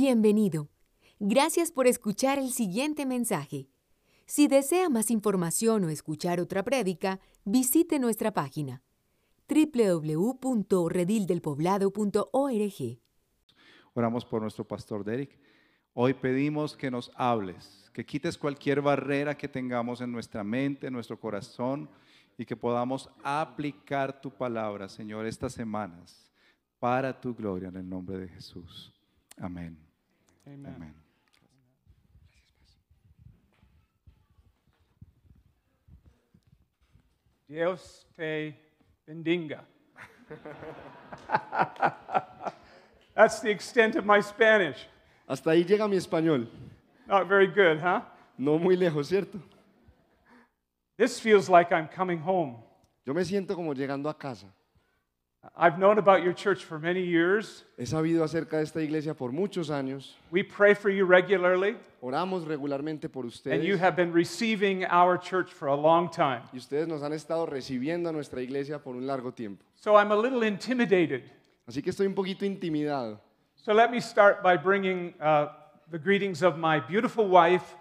Bienvenido. Gracias por escuchar el siguiente mensaje. Si desea más información o escuchar otra prédica, visite nuestra página www.redildelpoblado.org. Oramos por nuestro pastor Derek. Hoy pedimos que nos hables, que quites cualquier barrera que tengamos en nuestra mente, en nuestro corazón, y que podamos aplicar tu palabra, Señor, estas semanas, para tu gloria en el nombre de Jesús. Amén. Amen. Amén. Dios te bendiga. That's the extent of my Spanish. Hasta ahí llega mi español. Not very good, huh? No muy lejos, ¿cierto? This feels like I'm coming home. Yo me siento como llegando a casa. I've known about your church for many years. He sabido acerca de esta iglesia por muchos años. We pray for you regularly, Oramos regularmente por and you ustedes. have been receiving our church for a long time. Y ustedes nos han estado recibiendo a nuestra iglesia por un largo tiempo. So I'm a little intimidated. Así que estoy un poquito intimidado. So let me start by bringing uh, the greetings of my beautiful wife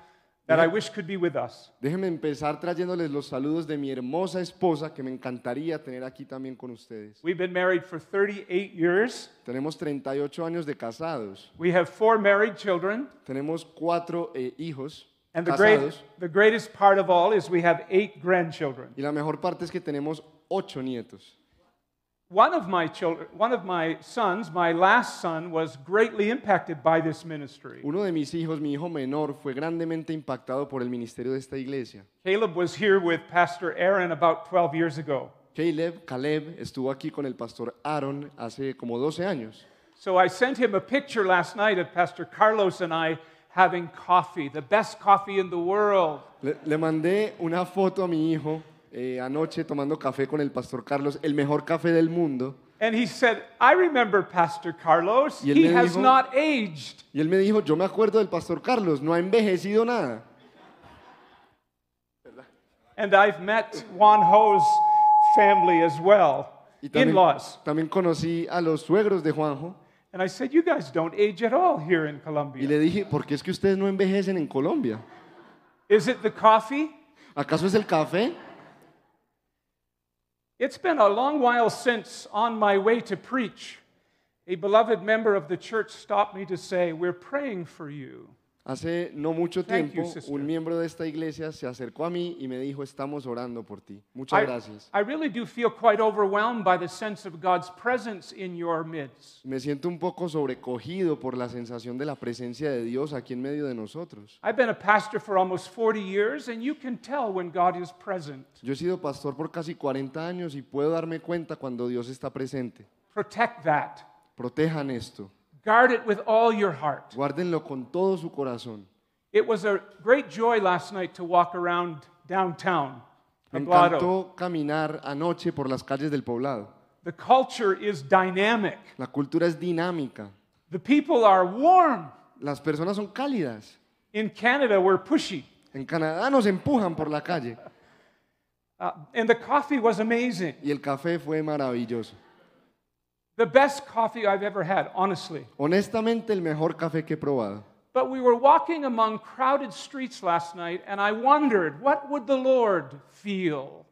that I wish could be with us. Déjenme empezar trayéndoles los saludos de mi hermosa esposa que me encantaría tener aquí también con ustedes. We've been married for 38 years. Tenemos 38 años de casados. We have four married children. Tenemos cuatro eh, hijos And the, great, casados. the greatest part of all is we have eight grandchildren. Y la mejor parte es que tenemos ocho nietos. One of my children, one of my sons, my last son, was greatly impacted by this ministry. Uno de mis hijos, mi hijo menor, fue grandemente impactado por el ministerio de esta iglesia. Caleb was here with Pastor Aaron about 12 years ago. Caleb, Caleb estuvo aquí con el pastor Aaron hace como 12 años. So I sent him a picture last night of Pastor Carlos and I having coffee, the best coffee in the world. Le, le mandé una foto a mi hijo eh, anoche tomando café con el pastor Carlos, el mejor café del mundo. And he said, I remember Pastor Carlos. Y él He me has dijo- not aged. Y él me dijo, yo me acuerdo del pastor Carlos, no ha envejecido nada. And I've met Juan Ho's family as well, Y in laws. también conocí a los suegros de Juanjo And I said, You guys don't age at all here in y Colombia. le dije, ¿por qué es que ustedes no envejecen en Colombia? Is it the coffee? ¿Acaso es el café? It's been a long while since, on my way to preach, a beloved member of the church stopped me to say, We're praying for you. Hace no mucho Thank you, tiempo, sister. un miembro de esta iglesia se acercó a mí y me dijo, estamos orando por ti. Muchas I, gracias. I really do feel quite overwhelmed by the sense of God's presence in your midst. Me siento un poco sobrecogido por la sensación de la presencia de Dios aquí en medio de nosotros. I've been a pastor for almost 40 years, and you can tell when God is present. Yo he sido pastor por casi 40 años y puedo darme cuenta cuando Dios está presente. Protect that, Protejan esto, guard it with all your heart. guárdenlo con todo su corazón. It was a great joy last night to walk around downtown. Me Poblado. encantó caminar anoche por las calles del poblado. The culture is dynamic. La cultura es dinámica, The people are warm. las personas son cálidas. In Canada, we're pushy. En Canadá nos empujan por la calle Uh, and the coffee was amazing. y el café fue maravilloso. The best coffee I've ever had, honestly. Honestamente, el mejor café que he probado. But we were walking among crowded streets last night, and I wondered, what would the Lord feel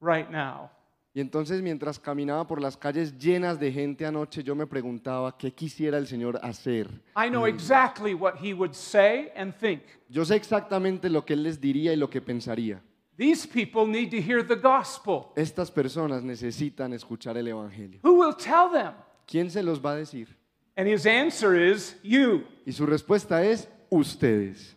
right now? Y entonces mientras caminaba por las calles llenas de gente anoche, yo me preguntaba qué quisiera el Señor hacer. I know Hmm. exactly what he would say and think. Yo sé exactamente lo que Él les diría y lo que pensaría. These people need to hear the gospel. Estas personas necesitan escuchar el Evangelio. Who will tell them? ¿Quién se los va a decir? And his answer is you. Y su respuesta es ustedes.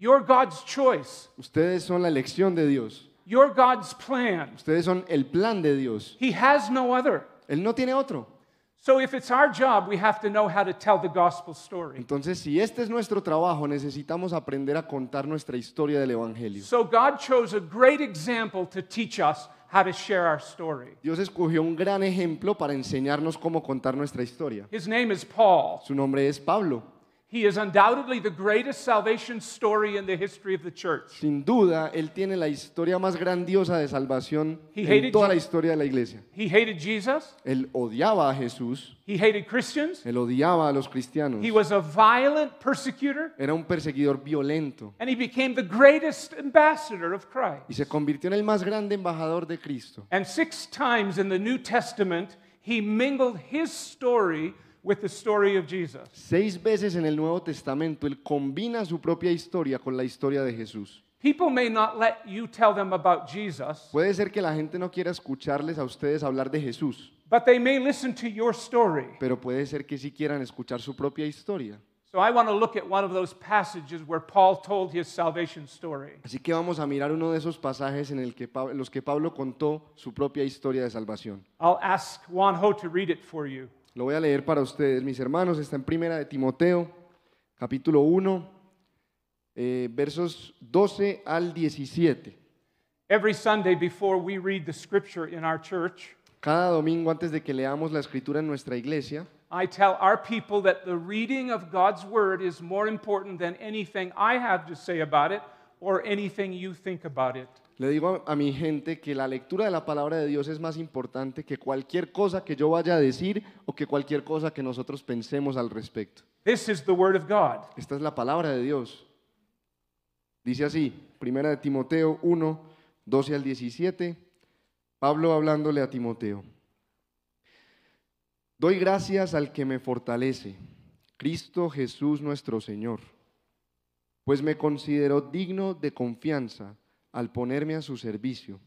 You're God's choice. Ustedes son la elección de Dios. You're God's plan. Ustedes son el plan de Dios. He has no other. Él no tiene otro. So if it's our job, we have to know how to tell the gospel story. Entonces, si este es nuestro trabajo, necesitamos aprender a contar nuestra historia del Evangelio. So God chose a great example to teach us how to share our story. Dios escogió un gran ejemplo para enseñarnos cómo contar nuestra historia. His name is Paul. Su nombre es Pablo. He is undoubtedly the greatest salvation story in the history of the church. Sin duda, él tiene la historia más grandiosa de salvación He en hated toda Je- la historia de la iglesia. He hated Jesus, Él odiaba a Jesús, he hated Christians, él odiaba a los cristianos. he was a violent persecutor, Era un perseguidor violento and he became the greatest ambassador of Christ. y se convirtió en el más grande embajador de Cristo. And six times in the New Testament, he mingled his story with the story of Jesus. Seis veces en el Nuevo Testamento él combina su propia historia con la historia de Jesús. People may not let you tell them about Jesus, Puede ser que la gente no quiera escucharles a ustedes hablar de Jesús, but they may listen to your story. pero puede ser que sí quieran escuchar su propia historia. So I want to look at one of those passages where Paul told his salvation story. Así que vamos a mirar uno de esos pasajes en el que Pab- los que Pablo contó su propia historia de salvación. I'll ask Juan Ho to read it for you. Lo voy a leer para ustedes, mis hermanos. Está en Primera de Timoteo, capítulo 1, eh, versos 12 al 17. Every Sunday before we read the scripture in our church, Cada domingo antes de que leamos la escritura en nuestra iglesia, I tell our people that the reading of God's word is more important than anything I have to say about it or anything you think about it. le digo a, a mi gente que la lectura de la palabra de Dios es más importante que cualquier cosa que yo vaya a decir o que cualquier cosa que nosotros pensemos al respecto. This is the word of God. Esta es la palabra de Dios. Dice así, Primera de Timoteo 1, 12 al 17, Pablo hablándole a Timoteo. Doy gracias al que me fortalece, Cristo Jesús nuestro Señor, pues me consideró digno de confianza al ponerme a su servicio.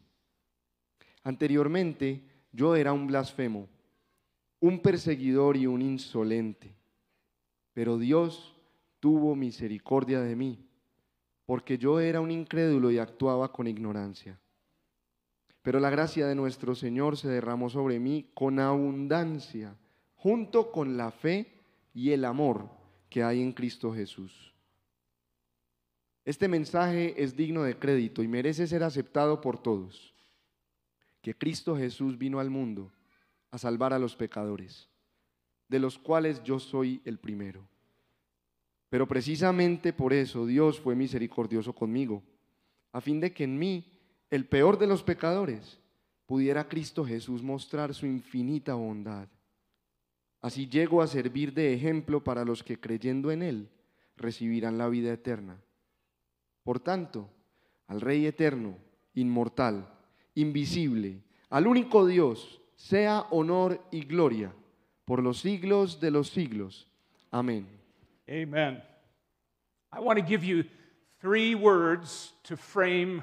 Anteriormente yo era un blasfemo, un perseguidor y un insolente. Pero Dios tuvo misericordia de mí, porque yo era un incrédulo y actuaba con ignorancia. Pero la gracia de nuestro Señor se derramó sobre mí con abundancia, junto con la fe y el amor que hay en Cristo Jesús. Este mensaje es digno de crédito y merece ser aceptado por todos, que Cristo Jesús vino al mundo a salvar a los pecadores de los cuales yo soy el primero. Pero precisamente por eso Dios fue misericordioso conmigo, a fin de que en mí, el peor de los pecadores, pudiera Cristo Jesús mostrar su infinita bondad. Así llego a servir de ejemplo para los que creyendo en Él recibirán la vida eterna. Por tanto, al Rey eterno, inmortal, invisible, al único Dios, sea honor y gloria por los siglos de los siglos. Amén. Amen. I want to give you three words to frame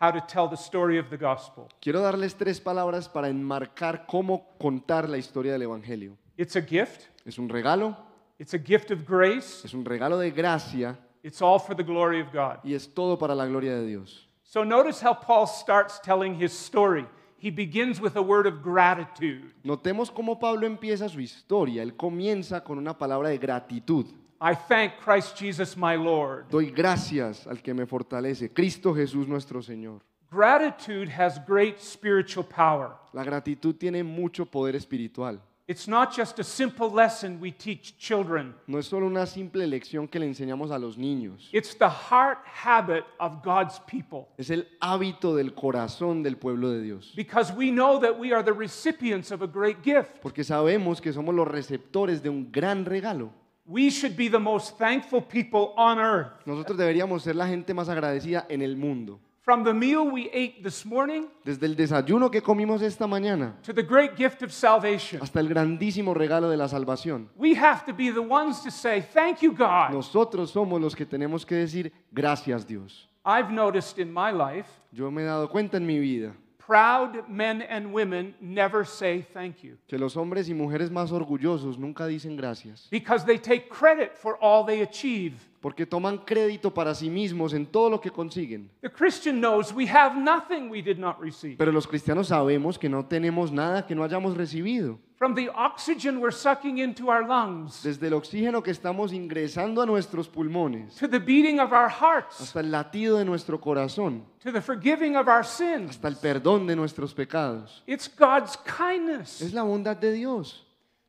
how to tell the story of the gospel. Quiero darles tres palabras para enmarcar cómo contar la historia del Evangelio. It's a gift, Es un regalo, it's a gift of grace, es un regalo de gracia it's all for the glory of God. y es todo para la gloria de Dios. So notice how Paul starts telling his story. He begins with a word of gratitude. Notemos cómo Pablo empieza su historia. Él comienza con una palabra de gratitud. I thank Christ Jesus my Lord. Doy gracias al que me fortalece, Cristo Jesús nuestro Señor. Gratitude has great spiritual power. La gratitud tiene mucho poder espiritual. It's not just a simple lesson we teach children. No es solo una simple lección que le enseñamos a los niños. It's the heart habit of God's people Es el hábito del corazón del pueblo de Dios. because we know that we are the recipients of a great gift. Porque sabemos que somos los receptores de un gran regalo. We should be the most thankful people on earth. Nosotros deberíamos ser la gente más agradecida en el mundo. From the meal we ate this morning Desde el desayuno que comimos esta mañana to the great gift of salvation, hasta el grandísimo regalo de la salvación. we have to be the ones to say, Thank you, God. Nosotros somos los que tenemos que decir gracias Dios. I've noticed in my life, Yo me he dado cuenta en mi vida proud men and women never say thank you que los hombres y mujeres más orgullosos nunca dicen gracias. because they take credit for all they achieve. Porque toman crédito para sí mismos en todo lo que consiguen. The Christian knows we have nothing we did not receive. Pero los cristianos sabemos que no tenemos nada que no hayamos recibido. From the oxygen we're sucking into our lungs Desde el oxígeno que estamos ingresando a nuestros pulmones, to the beating of our hearts hasta el latido de nuestro corazón, to the forgiving of our sins. hasta el perdón de nuestros pecados. It's God's kindness. Es la bondad de Dios.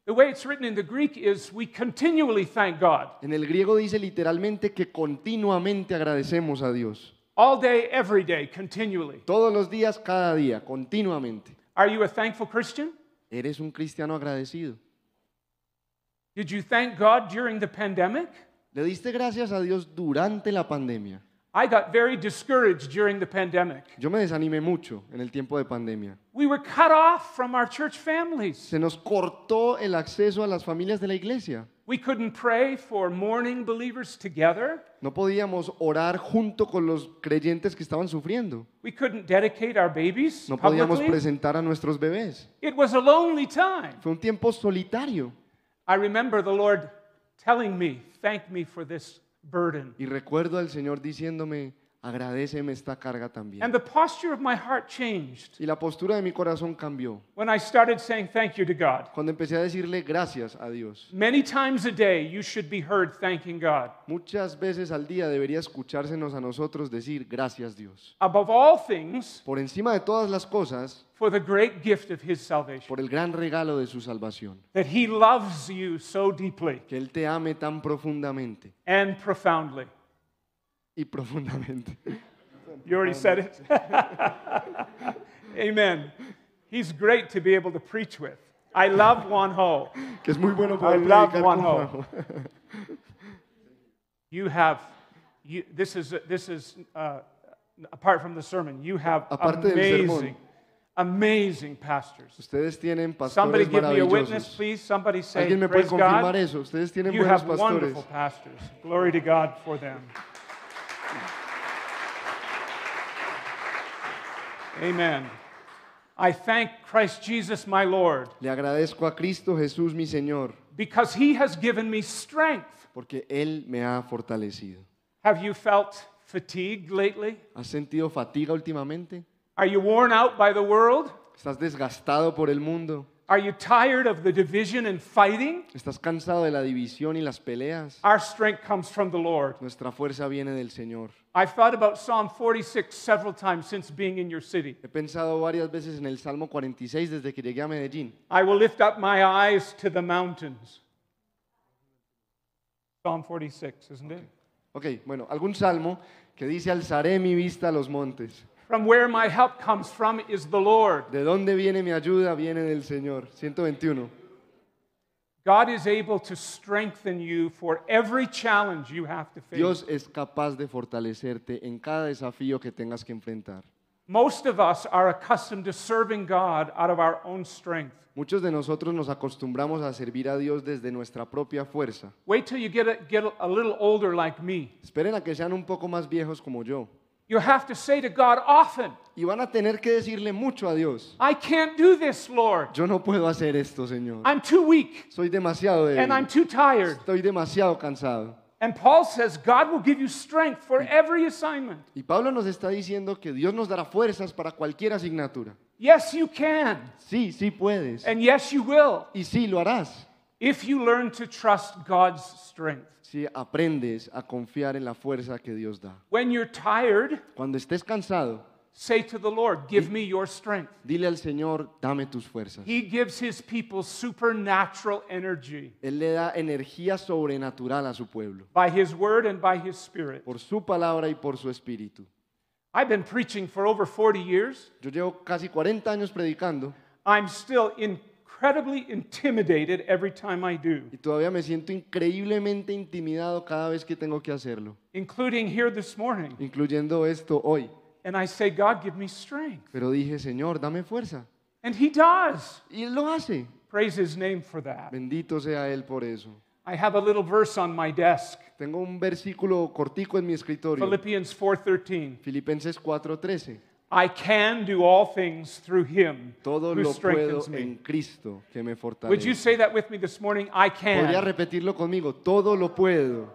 The way it's written in the Greek is we continually thank God En el griego dice literalmente que continuamente agradecemos a Dios. all day, every day, continually. Todos los días, cada día, continuamente. Are you a thankful Christian? Eres un cristiano agradecido. Did you thank God during the pandemic? Le diste gracias a Dios durante la pandemia. I got very discouraged during the pandemic. Yo me desanimé mucho en el tiempo de pandemia. We were cut off from our church families. Se nos cortó el acceso a las familias de la iglesia. We couldn't pray for mourning believers together. No podíamos orar junto con los creyentes que estaban sufriendo. We couldn't dedicate our babies No podíamos publicly. presentar a nuestros bebés. It was a lonely time. Fue un tiempo solitario. I remember the Lord telling me, thank me for this burden. Y recuerdo al Señor diciéndome, agradeceme esta carga también. And the posture of my heart changed Y la postura de mi corazón cambió when I started saying thank you to God. cuando empecé a decirle gracias a Dios. Many times a day, you should be heard thanking God. Muchas veces al día debería escuchársenos a nosotros decir gracias Dios. Above all things, Por encima de todas las cosas, for the great gift of His salvation, por el gran regalo de su salvación. that He loves you so deeply Que Él te ame tan profundamente and profoundly. y profundamente. You already said it. Amen. He's great to be able to preach with. I love Juan Ho. Que es muy bueno para I love predicar Juan con Ho. Juanjo. You have, you, this is, this is uh, apart from the sermon, you have Aparte del sermón. amazing, amazing pastors. Ustedes tienen Somebody pastores give me a witness, maravillosos. please. Somebody say, ¿Alguien me puede praise confirmar God. eso? Ustedes tienen You buenos have wonderful pastores. pastors. Glory to God for them. Amen. I thank Christ Jesus, my Lord, Le agradezco a Cristo Jesús, mi Señor, because he has given me strength. porque Él me ha fortalecido. Have you felt fatigued lately? ¿Has sentido fatiga últimamente? Are you worn out by the world? ¿Estás desgastado por el mundo? Are you tired of the division and fighting? ¿Estás cansado de la división y las peleas? Our strength comes from the Lord. Nuestra fuerza viene del Señor. I've thought about Psalm 46 several times since being in your city. He pensado varias veces en el Salmo 46 desde que llegué a Medellín. I will lift up my eyes to the mountains. Psalm 46, isn't it? Ok, bueno, algún salmo que dice, alzaré mi vista a los montes. From where my help comes from is the Lord. ¿De dónde viene mi ayuda? Viene del Señor. 121. God is able to strengthen you for every challenge you have to face. Dios es capaz de fortalecerte en cada desafío que tengas que enfrentar. Most of us are accustomed to serving God out of our own strength. Muchos de nosotros nos acostumbramos a servir a Dios desde nuestra propia fuerza. Wait till you get a, get a little older like me. Esperen a que sean un poco más viejos como yo. You have to say to God often, Y van a tener que decirle mucho a Dios. I can't do this, Lord. Yo no puedo hacer esto, Señor. I'm too weak Soy demasiado and I'm débil. too tired. Estoy demasiado cansado. And Paul says God will give you strength for every assignment. Y Pablo nos está diciendo que Dios nos dará fuerzas para cualquier asignatura. Yes, you can. Sí, sí puedes. And yes, you will. Y sí lo harás. If you learn to trust God's strength. Si aprendes a confiar en la fuerza que Dios da. When you're tired, Cuando estés cansado, say to the Lord, Give me your strength. dile al Señor, dame tus fuerzas. He gives his people supernatural energy Él le da energía sobrenatural a su pueblo, by his word and by his spirit. por su palabra y por su espíritu. I've been preaching for over 40 years. Yo llevo casi 40 años predicando I'm still incredibly intimidated every time I do, y todavía me siento increíblemente intimidado cada vez que tengo que hacerlo, including here this morning. incluyendo esto hoy. And I say, God, give me strength. Pero dije, Señor, dame fuerza. And he does. Y Él lo hace. Praise his name for that. Bendito sea Él por eso. I have a little verse on my desk, Tengo un versículo cortico en mi escritorio, Philippians 4:13. Filipenses 4:13. I can do all things through him Todo who lo strengthens puedo me. en Cristo que me Would you fortalece. say that with me this morning? I Podría can repetirlo conmigo, todo lo puedo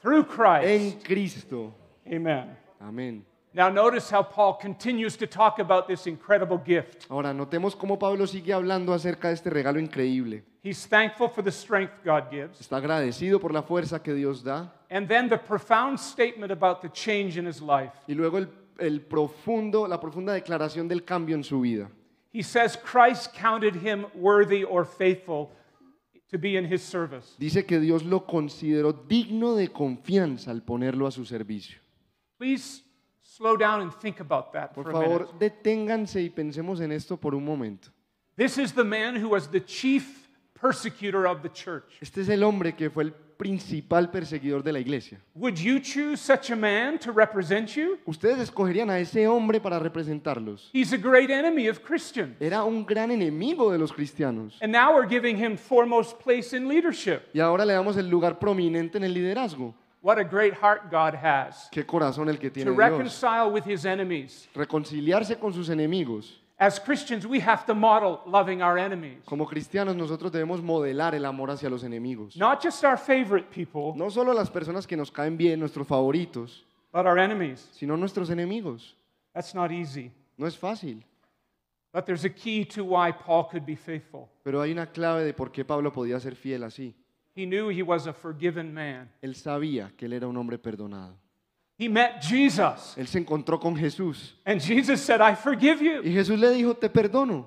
through Christ. en Cristo. Amen. Amén. Now notice how Paul continues to talk about this incredible gift. Ahora, notemos cómo Pablo sigue hablando acerca de este regalo increíble. He's thankful for the strength God gives. Está agradecido por la fuerza que Dios da And then the profound statement about the change in his life. y luego el, el profundo, la profunda declaración del cambio en su vida. He says Christ counted him worthy or faithful to be in his service. Dice que Dios lo consideró digno de confianza al ponerlo a su servicio. Please slow down and think about that Por for a minute. favor, deténganse y pensemos en esto por un momento. This is the man who was the chief persecutor of the church. Este es el hombre que fue el principal perseguidor de la iglesia. Would you choose such a man to represent you? Ustedes escogerían a ese hombre para representarlos. He's a great enemy of Christians. Era un gran enemigo de los cristianos. And now we're giving him foremost place in leadership. Y ahora le damos el lugar prominente en el liderazgo. What a great heart God has Qué corazón el que to tiene Dios. reconcile with his enemies. Reconciliarse con sus enemigos. As Christians, we have to model loving our enemies, Como cristianos nosotros debemos modelar el amor hacia los enemigos. not just our favorite people, No solo las personas que nos caen bien, nuestros favoritos, but our enemies. sino nuestros enemigos. That's not easy. No es fácil, But there's a key to why Paul could be faithful. pero hay una clave de por qué Pablo podía ser fiel así. He knew he was a forgiven man. Él sabía que él era un hombre perdonado. He met Jesus, Él se encontró con Jesús and Jesus said, I forgive you. y Jesús le dijo, te perdono.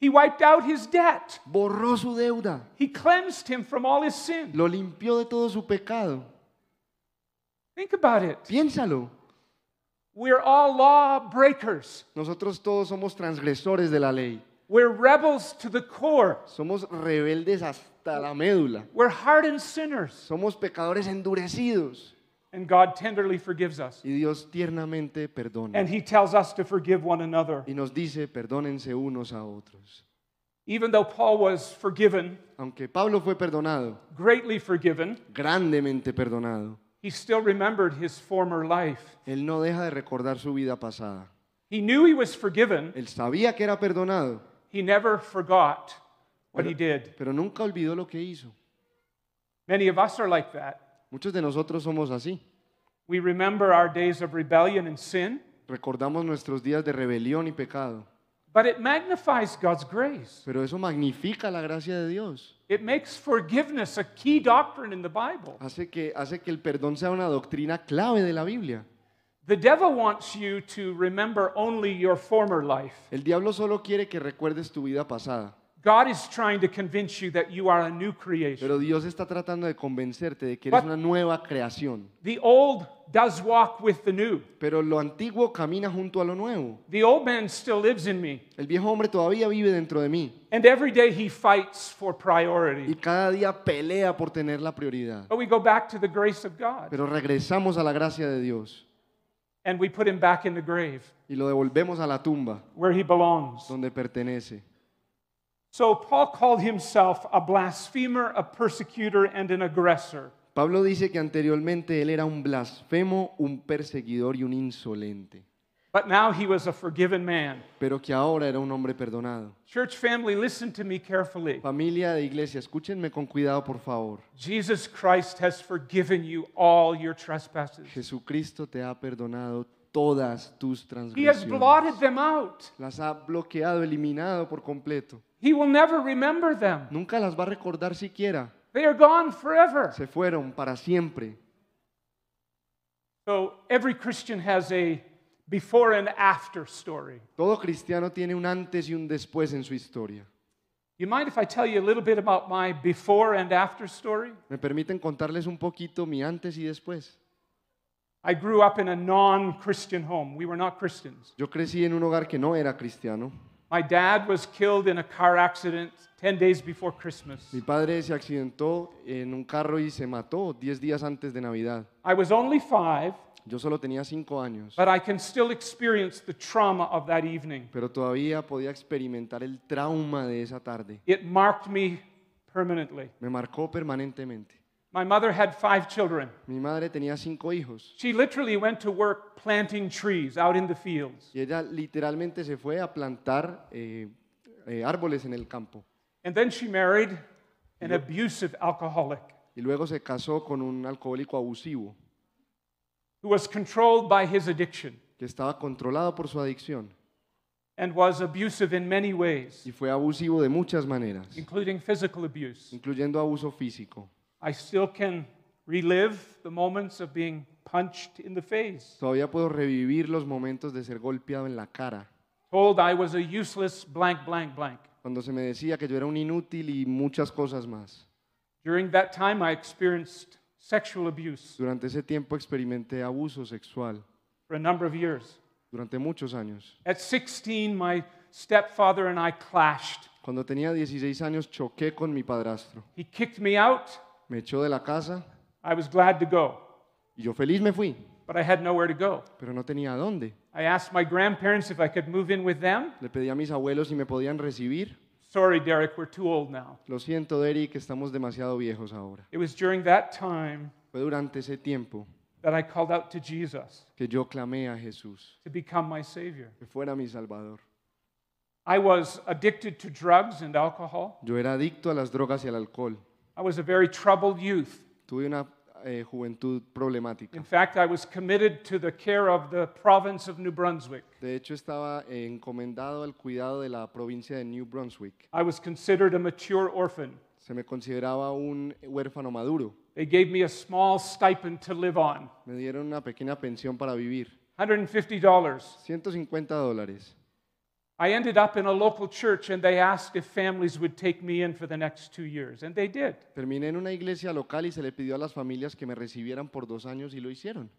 He wiped out his debt, Borró su deuda, he cleansed him from all his sin. lo limpió de todo su pecado. Think about it. Piénsalo, We're all law breakers, nosotros todos somos transgresores de la ley, we're rebels to the core, somos rebeldes hasta la médula, we're hardened sinners, somos pecadores endurecidos and God tenderly forgives us. y Dios tiernamente perdona And he tells us to forgive one another. y nos dice, perdónense unos a otros. Even though Paul was forgiven, Aunque Pablo fue perdonado, greatly forgiven, grandemente perdonado, he still remembered his former life. él no deja de recordar su vida pasada. He knew he was forgiven. Él sabía que era perdonado, He never forgot what he Pero- did. pero nunca olvidó lo que hizo. Many of us are like that. Muchos de nosotros somos así. We remember our days of rebellion and sin, Recordamos nuestros días de rebelión y pecado, but it magnifies God's grace. pero eso magnifica la gracia de Dios. It makes forgiveness a key doctrine in the Bible. Hace que, hace que el perdón sea una doctrina clave de la Biblia. The devil wants you to remember only your former life. El diablo solo quiere que recuerdes tu vida pasada, God is trying to convince you that you are a new creation. pero Dios está tratando de convencerte de que eres But- una nueva creación. The old does walk with the new. Pero lo antiguo camina junto a lo nuevo. The old man still lives in me, El viejo hombre todavía vive dentro de mí. and every day he fights for y priority. cada día pelea por tener la prioridad. But we go back to the grace of God. Pero regresamos a la gracia de Dios and we put him back in the grave y lo devolvemos a la tumba where he belongs. donde pertenece. So Paul called himself a blasphemer, a persecutor, and an aggressor. Pablo dice que anteriormente él era un blasfemo, un perseguidor y un insolente, But now he was a forgiven man. pero que ahora era un hombre perdonado. Church family, listen to me carefully. Familia de iglesia, escúchenme con cuidado, por favor. Jesus Christ has forgiven you all your trespasses. Jesucristo te ha perdonado todas tus He has transgresiones. blotted them out. Las ha bloqueado, eliminado por completo. He will never remember them. Nunca las va a recordar siquiera. They are gone forever. Se fueron para siempre. So every Christian has a before and after story. Todo cristiano tiene un antes y un después en su historia. You mind if I tell you a little bit about my before and after story? ¿Me permiten contarles un poquito mi antes y después? I grew up in a non Christian home. We were not Christians. Yo crecí en un hogar que no era cristiano. My dad was killed in a car accident 10 days before Christmas. Mi padre se accidentó en un carro y se mató 10 días antes de Navidad. I was only five, Yo solo tenía 5 años, but I can still experience the trauma of that evening. pero todavía podía experimentar el trauma de esa tarde. It marked me permanently. Me marcó permanentemente. My mother had five children. Mi madre tenía 5 hijos She literally went to work planting trees out in the fields. y ella literalmente se fue a plantar eh, eh, árboles en el campo. And then she married an abusive alcoholic Y luego se casó con un alcohólico abusivo. who was controlled by his addiction que estaba controlado por su adicción and was abusive in many ways, y fue abusivo de muchas maneras, including physical abuse. incluyendo abuso físico. I still can relive the moments of being punched in the face. Todavía puedo revivir los momentos de ser golpeado en la cara told I was a useless blank, blank, blank. cuando se me decía que yo era un inútil y muchas cosas más. During that time, I experienced sexual abuse Durante ese tiempo experimenté abuso sexual, for a number of years. durante muchos años. At 16, my stepfather and I clashed. Cuando tenía 16 años choqué con mi padrastro. He kicked me out. Me echó de la casa I was glad to go, y yo feliz me fui, but I had nowhere to go. pero no tenía a dónde. I asked my grandparents if I could move in with them. Le pedí a mis abuelos si me podían recibir. Sorry, Derek, we're too old now. Lo siento, Derek, estamos demasiado viejos ahora. It was during that time Fue durante ese tiempo that I called out to Jesus que yo clamé a Jesús, to become my Savior. que fuera mi Salvador. I was addicted to drugs and alcohol. Yo era adicto a las drogas y al alcohol. I was a very troubled youth. Tuve una eh, juventud problemática. In fact, I was committed to the care of the province of New Brunswick. De hecho, estaba eh, encomendado al cuidado de la provincia de New Brunswick. I was considered a mature orphan. Se me consideraba un huérfano maduro. They gave me a small stipend to live on Me dieron una pequeña pensión para vivir, $150. 150 dólares. I ended up in a local church and they asked if families would take me in for the next two years, and they did. Terminé en una iglesia local y se le pidió a las familias que me recibieran por dos años y lo hicieron.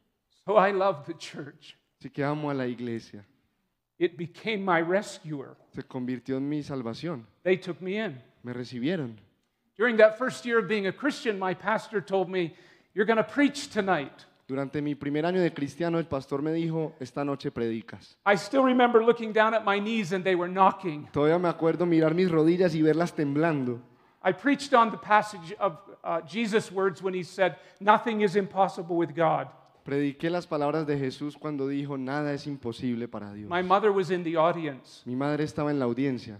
So I love the church. Así que amo a la iglesia. It became my rescuer. Se convirtió en mi salvación. They took me in. Me recibieron. During that first year of being a Christian, my pastor told me, You're going to preach tonight. Durante mi primer año de cristiano, el pastor me dijo, esta noche predicas. I still remember looking down at my knees and they were knocking. Todavía me acuerdo mirar mis rodillas y verlas temblando. I preached on the passage of uh, Jesus' words when he said, Nothing is impossible with God. Prediqué las palabras de Jesús cuando dijo, nada es imposible para Dios. My mother was in the audience. Mi madre estaba en la audiencia.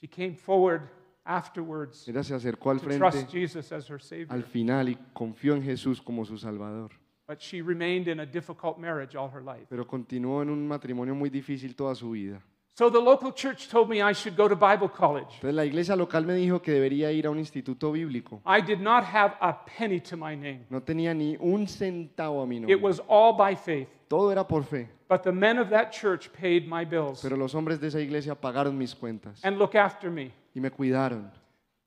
She came forward afterwards Ella se acercó al to trust frente Jesus as her Savior. al final y confió en Jesús como su Salvador. But she remained in a difficult marriage all her life. Pero continuó en un matrimonio muy difícil toda su vida. So the local church told me I should go to Bible college. Entonces la iglesia local me dijo que debería ir a un instituto bíblico. I did not have a penny to my name. No tenía ni un centavo a mi It nombre. was all by faith. Todo era por fe. But the men of that church paid my bills Pero los hombres de esa iglesia pagaron mis cuentas and look after me. y me cuidaron.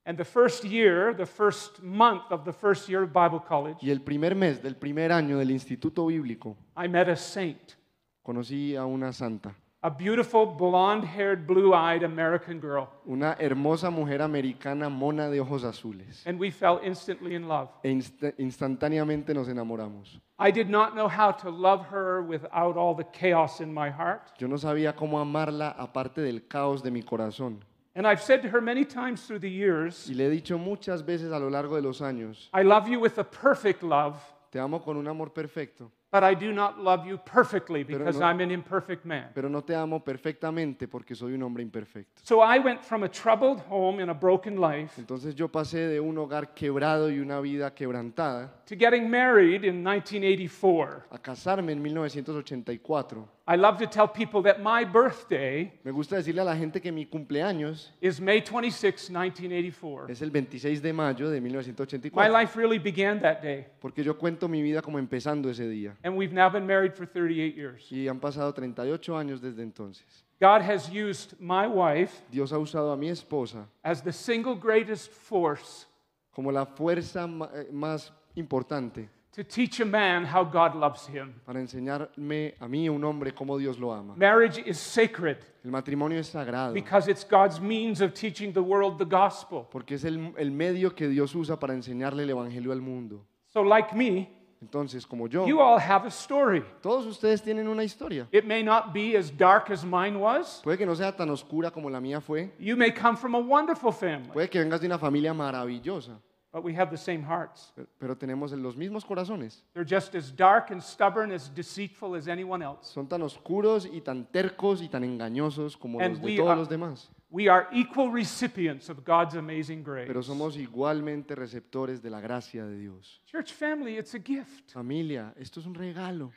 And the first year, the first month of the first year of Bible college, Y el primer mes del primer año del instituto bíblico I met a saint, conocí a una santa, a beautiful blonde haired, blue eyed American girl. una hermosa mujer americana mona de ojos azules. And we fell instantly in love. E insta- instantáneamente nos enamoramos. I did not know how to love her without all the chaos in my heart. Yo no sabía cómo amarla aparte del caos de mi corazón. And I've said to her many times through the years, Y le he dicho muchas veces a lo largo de los años, I love you with a perfect love, te amo con un amor perfecto, but I do not love you perfectly because no- I'm an imperfect man. pero no te amo perfectamente porque soy un hombre imperfecto. So I went from a troubled home and a broken life Entonces yo pasé de un hogar quebrado y una vida quebrantada to getting married in 1984. a casarme en 1984. I love to tell people that my birthday Me gusta decirle a la gente que mi cumpleaños is May 26, 1984. es el 26 de mayo de My 1984, life really began that day, porque yo cuento mi vida como empezando ese día. and we've now been married for 38 years. Y han pasado 38 años desde entonces. God has used my wife Dios ha usado a mi esposa as the single greatest force como la fuerza ma- eh, más importante to teach a man how God loves him. para enseñarme a mí, un hombre, cómo Dios lo ama. Marriage is sacred El matrimonio es sagrado because it's God's means of teaching the world the gospel. porque es el, el medio que Dios usa para enseñarle el Evangelio al mundo. So, like me, Entonces, como yo, you all have a story. todos ustedes tienen una historia. It may not be as dark as mine was. Puede que no sea tan oscura como la mía fue, You may come from a wonderful family, puede que vengas de una familia maravillosa, but we have the same hearts. pe- pero tenemos los mismos corazones. They're just as dark and stubborn, as deceitful as anyone else. Son tan oscuros y tan tercos y tan engañosos como And los we de todos are- los demás, We are equal recipients of God's amazing grace. pero somos igualmente receptores de la gracia de Dios. Church family, it's a gift. Familia, esto es un regalo.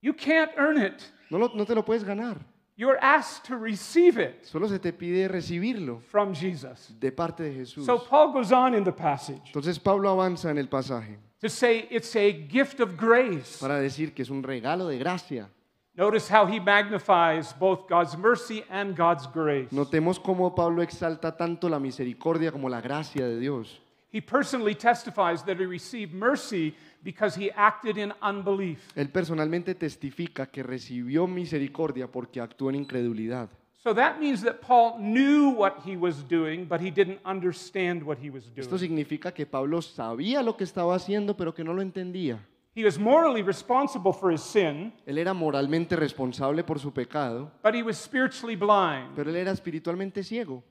You can't earn it. No, lo- no te lo puedes ganar. You're asked to receive it Solo se te pide recibirlo from Jesus. de parte de Jesús. So Paul goes on in the passage Entonces Pablo avanza en el pasaje to say it's a gift of grace. para decir que es un regalo de gracia. Notice how he magnifies both God's mercy and God's grace. Notemos cómo Pablo exalta tanto la misericordia como la gracia de Dios. He personally testifies that he received mercy because he acted in unbelief. Él personalmente testifica que recibió misericordia porque actuó en incredulidad. So that means that Paul knew what he was doing, but he didn't understand what he was Esto doing. significa que Pablo sabía lo que estaba haciendo, pero que no lo entendía. He was morally responsible for his sin, Él era moralmente responsable por su pecado, but he was spiritually blind. pero él era espiritualmente ciego.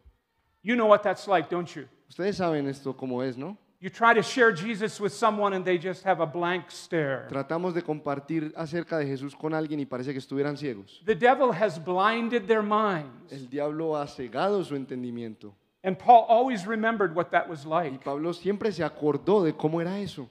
You know what that's like, don't you? Ustedes saben esto cómo es, ¿no? You try to share Jesus with someone and they just have a blank stare. Tratamos de compartir acerca de Jesús con alguien y parece que estuvieran ciegos. The devil has blinded their minds. El diablo ha cegado su entendimiento. And Paul always remembered what that was Y like. Pablo siempre se acordó de cómo era eso,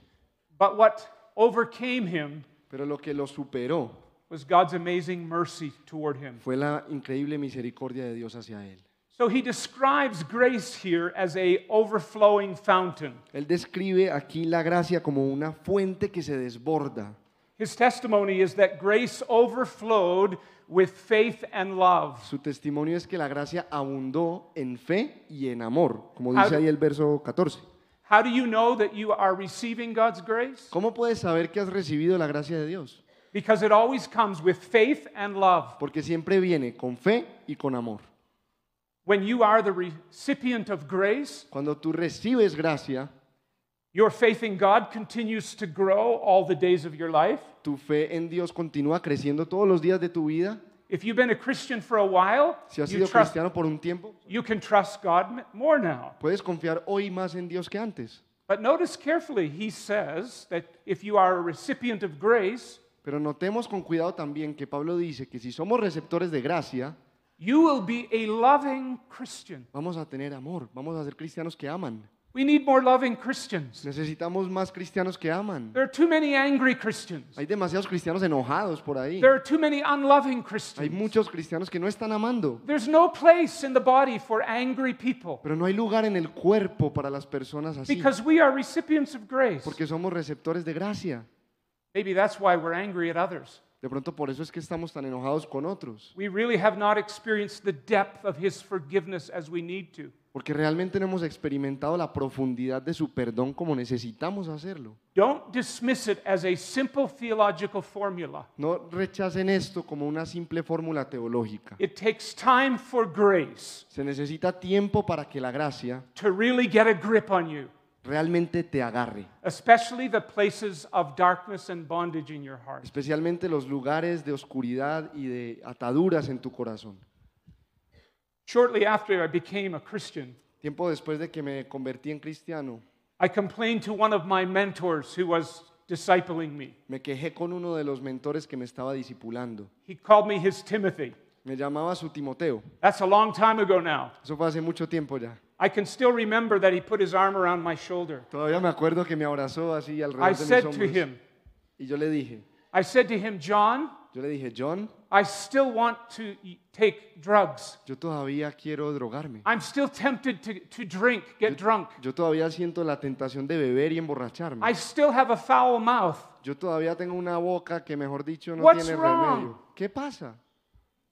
But what overcame him pero lo que lo superó was God's amazing mercy toward him. fue la increíble misericordia de Dios hacia él. So he describes grace here as a overflowing fountain. Él describe aquí la gracia como una fuente que se desborda. His testimony is that grace overflowed with faith and love. Su testimonio es que la gracia abundó en fe y en amor, como Ah, dice ahí el verso 14. How do you know that you are receiving God's grace? ¿Cómo puedes saber que has recibido la gracia de Dios? Because it always comes with faith and love. Porque siempre viene con fe y con amor. When you are the recipient of grace, Cuando tú recibes gracia, your faith in God continues to grow all the days of your life. tu fe en Dios continúa creciendo todos los días de tu vida. If you've been a Christian for a while, Si has you, sido trust, cristiano por un tiempo, you can trust God m- more now. puedes confiar hoy más en Dios que antes. But notice carefully, he says that if you are a recipient of grace, Pero notemos con cuidado también que Pablo dice que si somos receptores de gracia, you will be a loving Christian. vamos a tener amor, vamos a ser cristianos que aman. We need more loving Christians. Necesitamos más cristianos que aman. There are too many angry Christians. Hay demasiados cristianos enojados por ahí. There are too many unloving Hay Christians. muchos cristianos que no están amando. There's no place in the body for angry people Pero no hay lugar en el cuerpo para las personas así. because we are recipients of grace. Porque somos receptores de gracia. Maybe that's why we're angry at others. De pronto por eso es que estamos tan enojados con otros. We really have not experienced the depth of His forgiveness as we need to. Porque realmente no hemos experimentado la profundidad de su perdón como necesitamos hacerlo. Don't dismiss it as a simple theological formula. No rechacen esto como una simple fórmula teológica. It takes time for grace Se necesita tiempo para que la gracia to really get a grip on you, realmente te agarre. especially the places of darkness and bondage in your heart. Especialmente los lugares de oscuridad y de ataduras en tu corazón. Shortly after I became a Christian, Tiempo después de que me convertí en cristiano, I complained to one of my mentors who was discipling me. me quejé con uno de los mentores que me estaba discipulando. He called me his Timothy. Me llamaba su Timoteo. That's a long time ago now. Eso fue hace mucho tiempo ya. I can still remember that he put his arm around my shoulder. Todavía me acuerdo que me abrazó así I alrededor de mis said to hombros. him, Y yo le dije, I said to him, John, yo le dije, John, I still want to y- take drugs. yo todavía quiero drogarme. I'm still tempted to, to drink, get drunk. Yo todavía siento la tentación de beber y emborracharme. I still have a foul mouth. Yo todavía tengo una boca que, mejor dicho, no What's tiene wrong? remedio. ¿Qué pasa?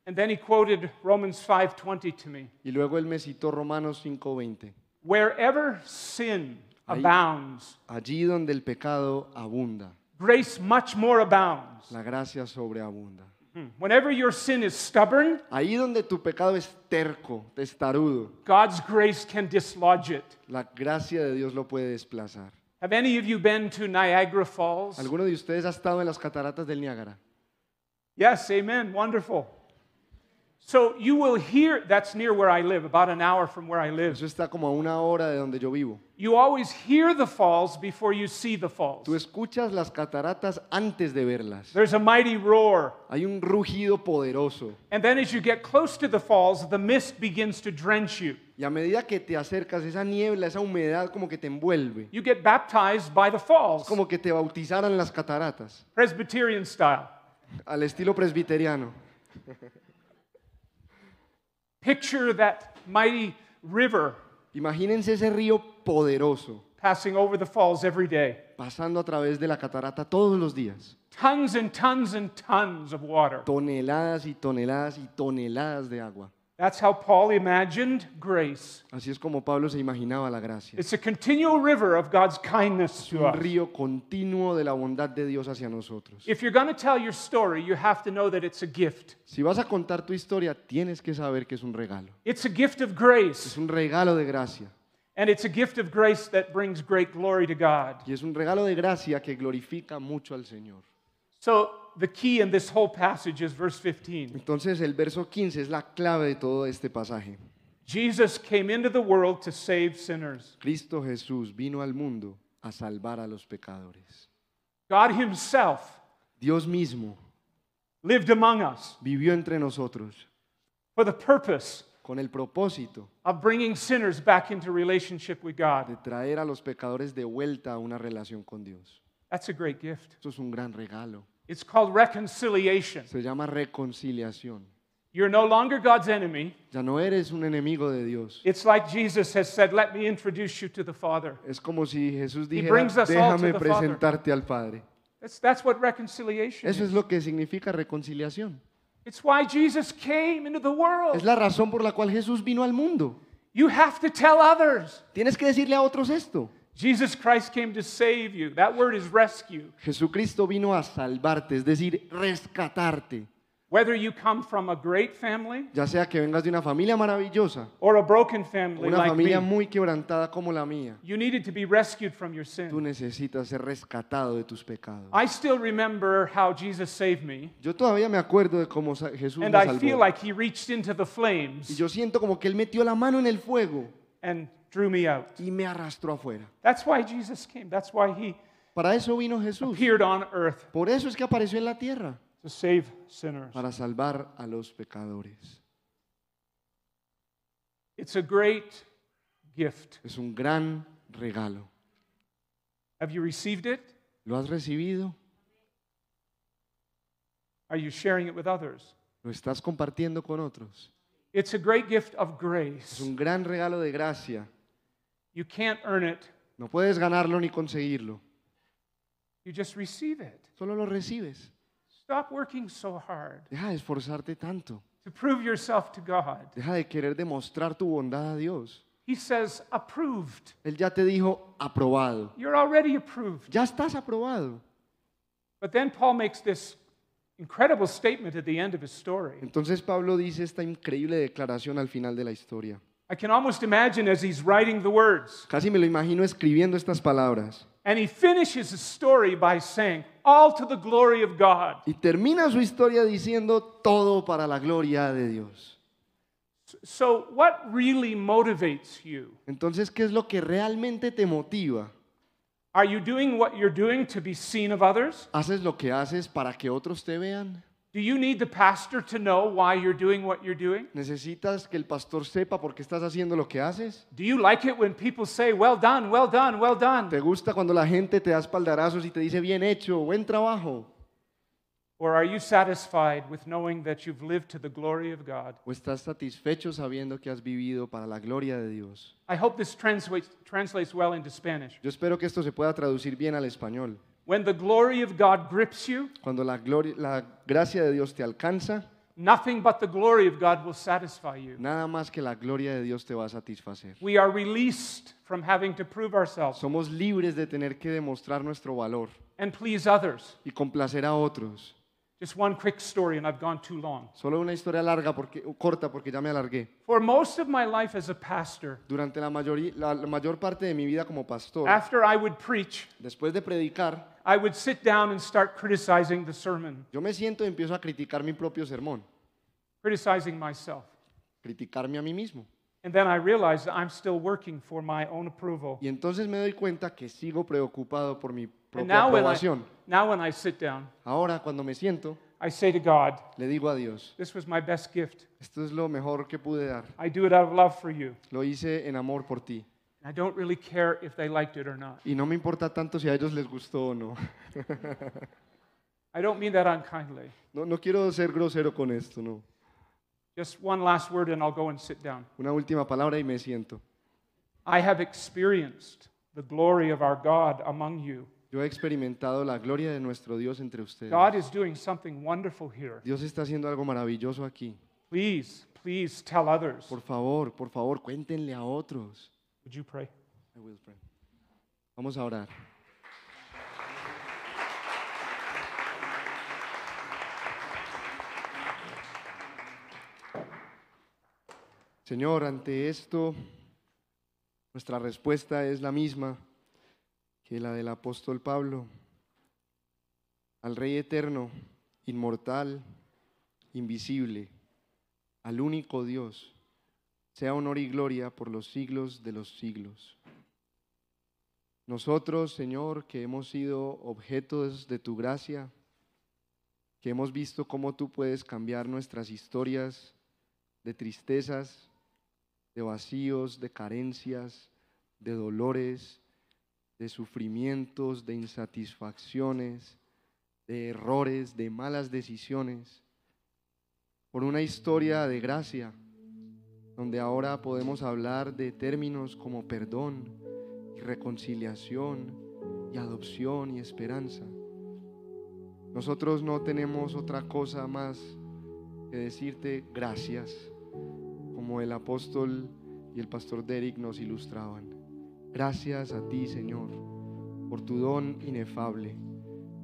And then he quoted Romans 5:20 to me. Y luego él me citó Romanos 5:20. Wherever sin Ahí. abounds, Allí donde el pecado abunda, grace much more abounds. la gracia sobreabunda. Hmm. Whenever your sin is stubborn, Ahí donde tu pecado es terco, testarudo, God's grace can dislodge it. la gracia de Dios lo puede desplazar. Have any of you been to Niagara Falls? ¿Alguno de ustedes ha estado en las cataratas del Niágara? Yes, amen. Wonderful. So you will hear that's near where I live, about an hour from where I live. Eso está como a una hora de donde yo vivo. You always hear the falls before you see the falls. Tú escuchas las cataratas antes de verlas. There's a mighty roar. Hay un rugido poderoso. And then as you get close to the falls, the mist begins to drench you. Y a medida que te acercas, esa niebla, esa humedad como que te envuelve. You get baptized by the falls, Como que te bautizaran las cataratas, Presbyterian style. al estilo presbiteriano. Picture that mighty river Imagínense ese río poderoso passing over the falls every day. pasando a través de la catarata todos los días. Tons and tons and tons of water. Toneladas y toneladas y toneladas de agua. That's how Paul imagined grace. Así es como Pablo se imaginaba la gracia. It's a continual river of God's kindness to Un us. río continuo de la bondad de Dios hacia nosotros. If you're going to tell your story, you have to know that it's a gift. Si vas a contar tu historia, tienes que saber que es un regalo. It's a gift of Es grace, un regalo de gracia. and it's a gift of grace that brings great glory to God. Y es un regalo de gracia que glorifica mucho al Señor. So, the key in this whole passage is verse 15. Entonces el verso 15 es la clave de todo este pasaje. Jesus came into the world to save sinners. Cristo Jesús vino al mundo a salvar a los pecadores. God Himself Dios mismo lived among us vivió entre nosotros for the purpose con el propósito of bringing sinners back into relationship with de God. traer a los pecadores de vuelta a una relación con Dios. That's a great gift. Eso es un gran regalo. It's called reconciliation. Se llama reconciliación. You're no longer God's enemy. Ya no eres un enemigo de Dios. It's like Jesus has said, Let me introduce you to the Father. Es como si Jesús dijera, brings us all to déjame the Father." presentarte al Padre. That's, that's what reconciliation Eso is. es lo que significa reconciliación. It's why Jesus came into the Es world. la razón por la cual Jesús vino al mundo. You have to tell others. Tienes que decirle a otros esto. Jesus Christ came to save you. That word is rescue. Jesucristo vino a salvarte, es decir, rescatarte. Whether you come from a great family Ya sea que vengas de una familia maravillosa, or a broken o family una like familia me, muy quebrantada como la mía, you needed to be rescued from your tú sin. necesitas ser rescatado de tus pecados. I still remember how Jesus saved me, Yo todavía me acuerdo de cómo sa- Jesús me and I feel salvó. like he reached into the Y flames yo siento como que Él metió la mano en el fuego and drew me out. y me arrastró afuera. That's why Jesus came. That's why he Para eso vino Jesús. appeared on earth Por eso es que apareció en la tierra, to save sinners. para salvar a los pecadores. It's a great gift. Es un gran regalo. Have you received it? ¿Lo has recibido? Are you sharing it with others? ¿Lo estás compartiendo con otros? It's a great gift of Es grace. un gran regalo de gracia. You can't earn it, No puedes ganarlo ni conseguirlo. you just receive it. Solo lo recibes. Stop working so hard Deja de esforzarte tanto. to prove yourself to God. Deja de querer demostrar tu bondad a Dios. He says, approved. Él ya te dijo aprobado. You're already approved. Ya estás aprobado. But then Paul makes this incredible statement at the end of his story. Entonces Pablo dice esta increíble declaración al final de la historia. I can almost imagine as he's writing the words. Casi me lo imagino escribiendo estas palabras. And he finishes his story by saying, All to the glory of God. Y termina su historia diciendo todo para la gloria de Dios. So, what really motivates you? Entonces, ¿qué es lo que realmente te motiva? Are you doing what you're doing to be seen of others? ¿Haces lo que haces para que otros te vean? Do you need the pastor to know why you're doing what you're doing? ¿Necesitas que el pastor sepa por qué estás haciendo lo que haces? Do you like it when people say, Well done, well done, well done? ¿Te gusta cuando la gente te da espaldarazos y te dice bien hecho, buen trabajo? Or are you satisfied with knowing that you've lived to the glory of God? ¿O estás satisfecho sabiendo que has vivido para la gloria de Dios? I hope this translates, translates well into Spanish. Yo espero que esto se pueda traducir bien al español. When the glory of God grips you, Cuando la, gloria, la gracia de Dios te alcanza, nothing but the glory of God will satisfy you. nada más que la gloria de Dios te va a satisfacer. We are released from having to prove ourselves Somos libres de tener que demostrar nuestro valor and please others. y complacer a otros. Just one quick story, and I've gone too long. Solo una historia larga porque, corta porque ya me alargué. For most of my life as a pastor, Durante la, mayoría- la- la mayor parte de mi vida como pastor, after I would preach, después de predicar, I would sit down and start criticizing the sermon, Yo me siento y empiezo a criticar mi propio sermón, criticizing myself. criticarme a mí mismo. And then I realized that I'm still working for my own approval. Y entonces me doy cuenta que sigo preocupado por mi And propia now when, I, aprobación. now, when I sit down, Ahora, cuando me siento, I say to God, le digo a Dios, This was my best gift. esto es lo mejor que pude dar. I do it out of love for you. Lo hice en amor por ti. And I don't really care if they liked it or not. Y no me importa tanto si a ellos les gustó o no. I don't mean that unkindly. No, no quiero ser grosero con esto, no. Just one last word, and I'll go and sit down. Una última palabra y me siento. I have experienced the glory of our God among you. Yo he experimentado la gloria de nuestro Dios entre ustedes. God is doing something wonderful here. Dios está haciendo algo maravilloso aquí. Please, please tell others. Por favor, por favor, cuéntenle a otros. Would you pray? I will pray. Vamos a orar. Señor, ante esto, nuestra respuesta es la misma que la del apóstol Pablo. Al Rey eterno, inmortal, invisible, al único Dios, sea honor y gloria por los siglos de los siglos. Nosotros, Señor, que hemos sido objetos de tu gracia, que hemos visto cómo tú puedes cambiar nuestras historias de tristezas, de vacíos, de carencias, de dolores, de sufrimientos, de insatisfacciones, de errores, de malas decisiones, por una historia de gracia, donde ahora podemos hablar de términos como perdón y reconciliación y adopción y esperanza. Nosotros no tenemos otra cosa más que decirte gracias, como el apóstol y el pastor Derek nos ilustraban. Gracias a ti, Señor, por tu don inefable,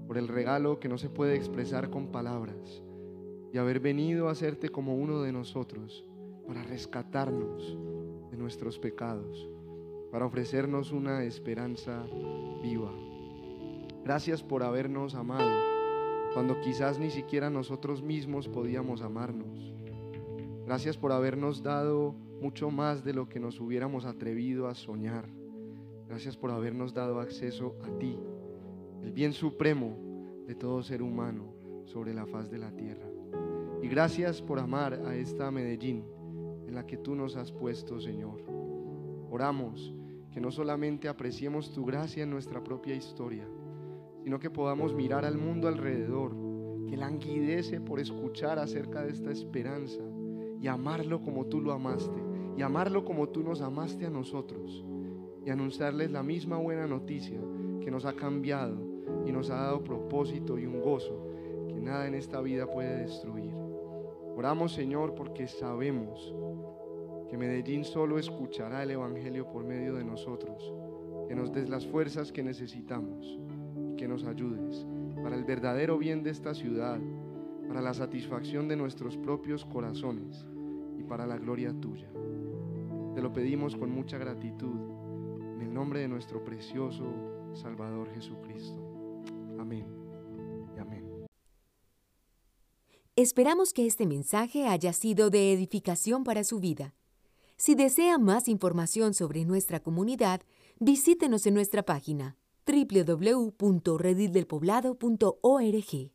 por el regalo que no se puede expresar con palabras y haber venido a hacerte como uno de nosotros para rescatarnos de nuestros pecados, para ofrecernos una esperanza viva. Gracias por habernos amado cuando quizás ni siquiera nosotros mismos podíamos amarnos. Gracias por habernos dado mucho más de lo que nos hubiéramos atrevido a soñar. Gracias por habernos dado acceso a ti, el bien supremo de todo ser humano sobre la faz de la tierra. Y gracias por amar a esta Medellín en la que tú nos has puesto, Señor. Oramos que no solamente apreciemos tu gracia en nuestra propia historia, sino que podamos mirar al mundo alrededor, que languidece por escuchar acerca de esta esperanza y amarlo como tú lo amaste, y amarlo como tú nos amaste a nosotros, y anunciarles la misma buena noticia que nos ha cambiado y nos ha dado propósito y un gozo que nada en esta vida puede destruir. Oramos, Señor, porque sabemos que Medellín solo escuchará el Evangelio por medio de nosotros, que nos des las fuerzas que necesitamos y que nos ayudes para el verdadero bien de esta ciudad, para la satisfacción de nuestros propios corazones y para la gloria tuya. Te lo pedimos con mucha gratitud, en el nombre de nuestro precioso Salvador Jesucristo. Amén y amén. Esperamos que este mensaje haya sido de edificación para su vida. Si desea más información sobre nuestra comunidad, visítenos en nuestra página www.redildelpoblado.org.